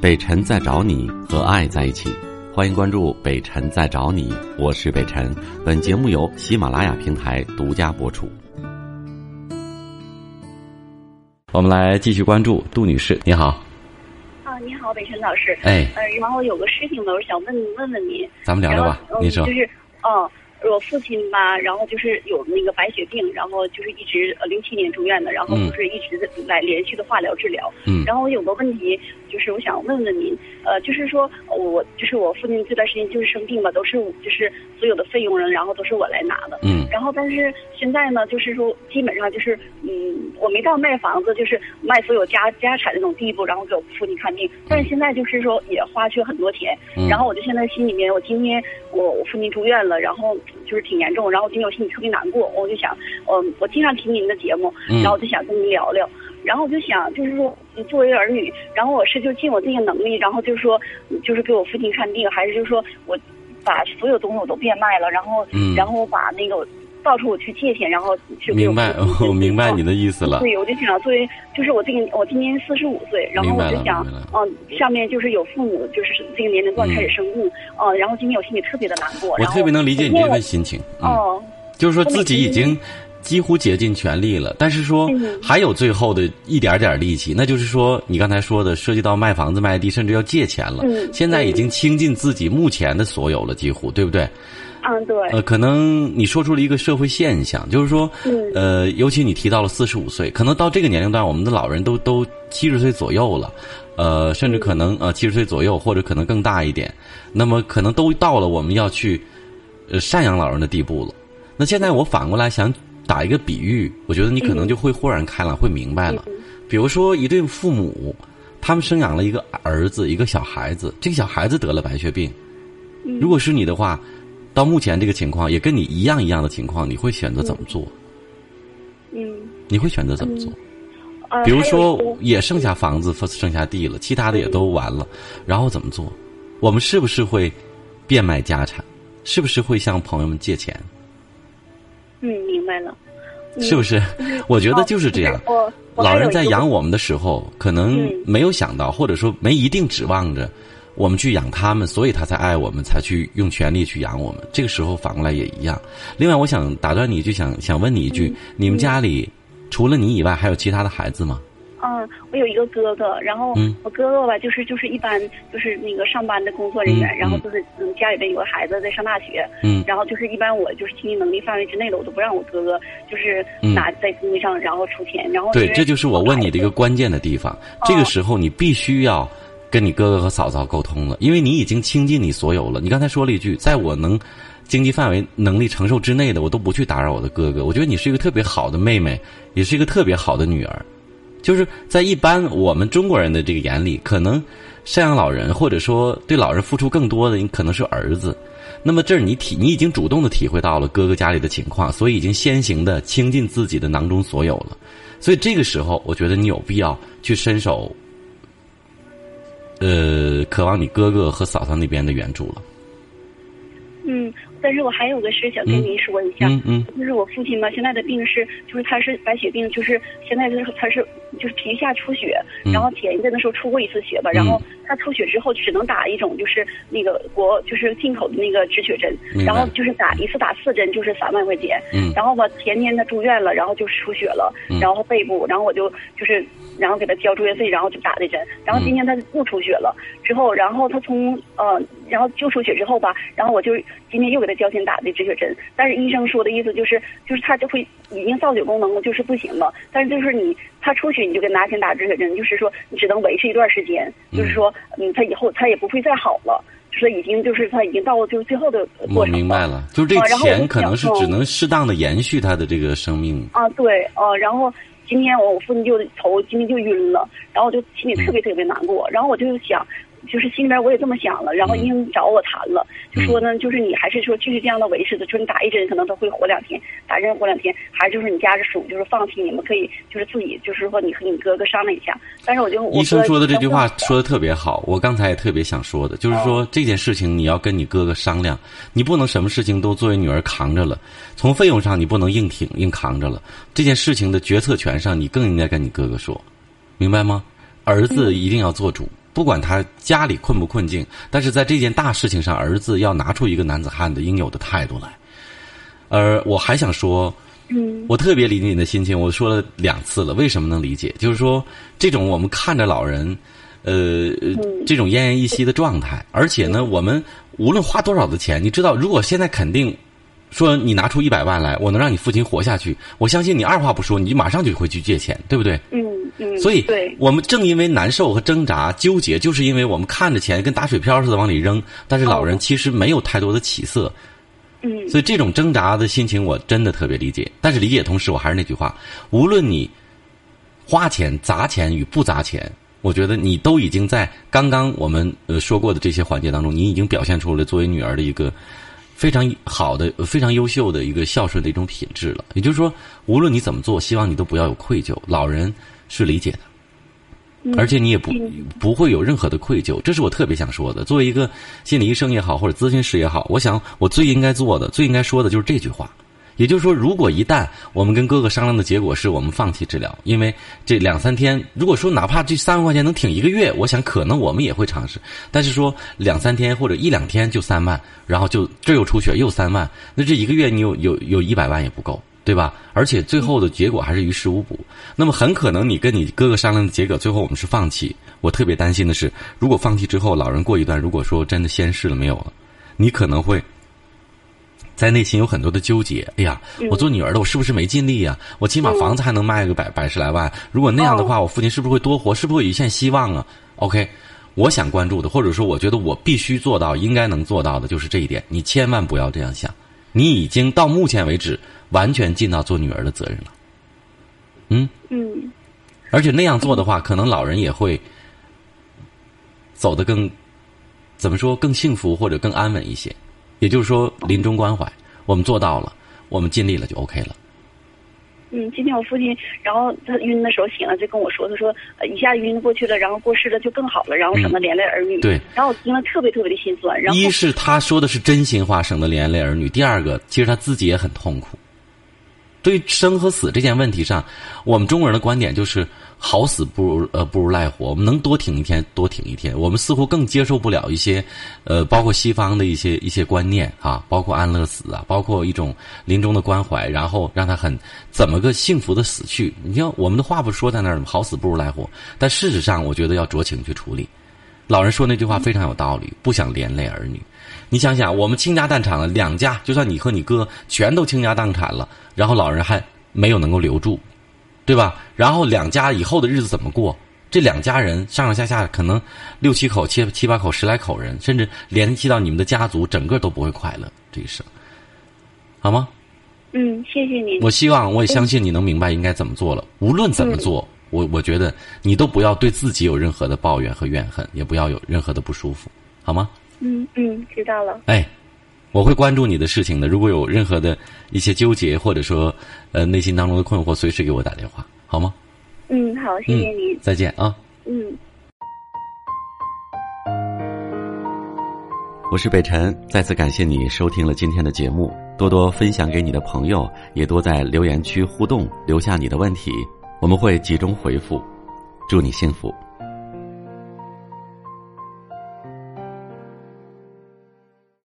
北辰在找你和爱在一起。欢迎关注北辰在找你，我是北辰。本节目由喜马拉雅平台独家播出。我们来继续关注杜女士，你好，啊，你好，北辰老师。哎，呃，然后有个事情呢，我想问问问您。咱们聊聊吧然后，你说嗯、就，是，嗯，我父亲吧，然后就是有那个白血病，然后就是一直呃零七年住院的，然后嗯就是一直在来连续的化疗治疗。嗯然后我有个问题，就是我想问问您，呃，就是说呃我就是我父亲这段时间就是生病吧，都是我就是所有的费用呢，然后都是我来拿的。嗯然后，但是现在呢，就是说，基本上就是，嗯，我没到卖房子，就是卖所有家家产那种地步，然后给我父亲看病。但是现在就是说，也花去很多钱。嗯，然后我就现在心里面，我今天我我父亲住院了，然后就是挺严重，然后今天我心里特别难过，我就想，嗯，我经常听您的节目，嗯然后我就想跟您聊聊。然后我就想，就是说，作为儿女，然后我是就尽我自己的能力，然后就是说，就是给我父亲看病，还是就是说我把所有东西我都变卖了，然后，嗯然后我把那个到处我去借钱，然后去给明白，我父亲我明白你的意思了。对，我就想作为就是我这个我今年四十五岁，然后明白我了就想明白了，嗯，上面就是有父母就是这个年龄段开始生病，嗯、然后今天我心里特别的难过，我然后特别能理解你这份心情，嗯，哦，就是说自己已经几乎竭尽全力了，但是说嗯还有最后的一点点力气，那就是说你刚才说的涉及到卖房子、卖地，甚至要借钱了嗯。现在已经倾尽自己目前的所有了，几乎对不对？嗯，对，呃，可能你说出了一个社会现象，就是说嗯，呃，尤其你提到了四十五岁，可能到这个年龄段，我们的老人都都七十岁左右了，呃，甚至可能呃七十岁左右，或者可能更大一点，那么可能都到了我们要去呃赡养老人的地步了。那现在我反过来想打一个比喻，我觉得你可嗯能就会豁然开朗，会明白了。比如说一对父母，他们生养了一个儿子，一个小孩子，这个小孩子得了白血病，嗯如果是你的话，到目前这个情况也跟你一样一样的情况，你会选择怎么做？嗯，你会选择怎么做？呃，比如说还有一些也剩下房子、剩下地了，其他的也都完了，然后怎么做？我们是不是会变卖家产？是不是会向朋友们借钱？嗯，明白了，嗯哦是不是？我觉得就是这样。我我还老人有一在个养我们的时候，可能嗯没有想到，或者说没一定指望着我们去养他们，所以他才爱我们，才去用全力去养我们。这个时候反过来也一样。另外，我想打断你一句，想想问你一句：你们家里除了你以外，还有其他的孩子吗？嗯，我有一个哥哥，然后嗯我哥哥吧，就是就是一般就是那个上班的工作人员，嗯然后嗯就是嗯家里边有个孩子在上大学，嗯然后就是一般我就是经济能力范围之内的，我都不让我哥哥就是嗯拿在经济上然后出钱，然后对因，为这就是我问你的一个关键的地方。这个时候你必须要跟你哥哥和嫂嫂沟通了，因为你已经倾尽你所有了。你刚才说了一句，在我能经济范围能力承受之内的，我都不去打扰我的哥哥。我觉得你是一个特别好的妹妹，也是一个特别好的女儿。就是在一般我们中国人的这个眼里，可能赡养老人或者说对老人付出更多的，你可能是儿子。那么这儿你体你已经主动的体会到了哥哥家里的情况，所以已经先行的倾尽自己的囊中所有了。所以这个时候，我觉得你有必要去伸手，呃，渴望你哥哥和嫂嫂那边的援助了。嗯，但是我还有个事想跟嗯您说一下，嗯嗯就是啊我父亲吧，现在的病是，就是他是白血病，就是现在就是他是就是皮下出血，嗯然后前一阵的时候出过一次血吧，然后他出血之后只能打一种就是那个国就是进口的那个止血针明，白然后就是打一次打四针就是三万块钱，嗯然后吧前天他住院了，然后就出血了，嗯然后背部，然后我就就是然后给他交住院费，然后就打的针，然嗯后今天他又出血了，之后然后他从呃然后就出血之后吧，然后我就今天又给他交钱打的止血针，但是医生说的意思就是就是他就会已经造血功能就是不行了，但是就是你他出血你就给拿钱打止血针，就是说你只能维持一段时间，嗯就是说嗯他以后他也不会再好了，就是已经就是他已经到就是最后的我过程明白了，就是这哦然后我钱就可能是想只嗯能适当的延续他的这个生命。啊，对，呃，然后今天我父亲就头今天就晕了，然后我就心里特嗯别特别难过，然后我就想。就是心里面我也这么想了，嗯然后医生找我谈了，就说呢，就是你还是说继续这样的维持的，就是你打一针可能他会活两天，打一针活两天，还是就是你家里属就是放弃，你们可以就是自己就是说你和你哥哥商量一下。但是我就我医生哥说的这句话当时说的特别好，我刚才也特别想说的，就是哦说这件事情你要跟你哥哥商量，你不能什么事情都作为女儿扛着了，从费用上你不能硬挺硬扛着了，这件事情的决策权上你更应该跟你哥哥说，明白吗？儿子一定要做主，不管他家里困不困境，但是在这件大事情上，儿子要拿出一个男子汉的应有的态度来。而我还想说，嗯我特别理解你的心情，我说了两次了，为什么能理解？就是说，这种我们看着老人，呃，这种奄奄一息的状态，而且呢，我们无论花多少的钱，你知道，如果现在肯定说你拿出一百万来，我能让你父亲活下去，我相信你二话不说，你就马上就会去借钱，对不对？嗯嗯，所以对，，我们正因为难受和挣扎、纠结，就是因为我们看着钱跟打水漂似的往里扔，但是老人其实没有太多的起色，嗯所以这种挣扎的心情我真的特别理解。但是理解同时，我还是那句话，无论你花钱、砸钱与不砸钱，我觉得你都已经在刚刚我们呃说过的这些环节当中，你已经表现出了作为女儿的一个非常好的、呃非常优秀的一个孝顺的一种品质了。也就是说，无论你怎么做，希望你都不要有愧疚。老人是理解的。嗯而且你也不不会有任何的愧疚，这是我特别想说的。作为一个心理医生也好，或者咨询师也好，我想我最应该做的、最应该说的就是这句话。也就是说，如果一旦我们跟哥哥商量的结果是我们放弃治疗，因为这两三天，如果说哪怕这三万块钱能挺一个月，我想可能我们也会尝试。但是说两三天或者一两天就三万，然后就这又出血又三万，那这一个月你有有有一百万也不够，对吧？而且最后的结果还是于事无补。那么很可能你跟你哥哥商量的结果，最后我们是放弃。我特别担心的是，如果放弃之后，老人过一段，如果说真的先逝了没有了，你可能会在内心有很多的纠结。哎呀，我做女儿的，我是不是没尽力呀、我起码房子还能卖个百百十来万，如果那样的话，我父亲是不是会多活？是不是会有一线希望啊？OK。我想关注的，或者说我觉得我必须做到、应该能做到的，就是这一点。你千万不要这样想，你已经到目前为止完全尽到做女儿的责任了。嗯，嗯而且那样做的话，可能老人也会走得更怎么说更幸福或者更安稳一些。也就是说，临终关怀，我们做到了，我们尽力了就 OK 了。嗯，今天我父亲，然后他晕的时候醒了，就跟我说，他说、呃、一下晕过去了，然后过世了就更好了，然后省得连累儿女。对然后我听了特别特别的心酸，然后一是他说的是真心话，省得连累儿女；第二个，其实他自己也很痛苦。对于生和死这件问题上，我们中国人的观点就是好死不如呃不如赖活，我们能多挺一天多挺一天。我们似乎更接受不了一些，呃，包括西方的一些一些观念啊，包括安乐死啊，包括一种临终的关怀，然后让他很怎么个幸福的死去。你像我们的话不说在那儿吗？好死不如赖活，但事实上我觉得要酌情去处理。老人说那句话非常有道理，不想连累儿女。你想想，我们倾家荡产了，两家就算你和你哥全都倾家荡产了，然后老人还没有能够留住，对吧？然后两家以后的日子怎么过？这两家人上上下下可能六七口、七七八口、十来口人，甚至联系到你们的家族，整个都不会快乐这一生，好吗？嗯，谢谢 您。我希望，我也相信你能明白应该怎么做了。无论怎么做，我我觉得你都不要对自己有任何的抱怨和怨恨，也不要有任何的不舒服，好吗？嗯嗯，知道了。哎，我会关注你的事情的。如果有任何的一些纠结，或者说呃内心当中的困惑，随时给我打电话，好吗？嗯，好，谢谢您嗯。，再见啊！嗯我是北辰，再次感谢你收听了今天的节目，多多分享给你的朋友，也多在留言区互动，留下你的问题，我们会集中回复。祝你幸福。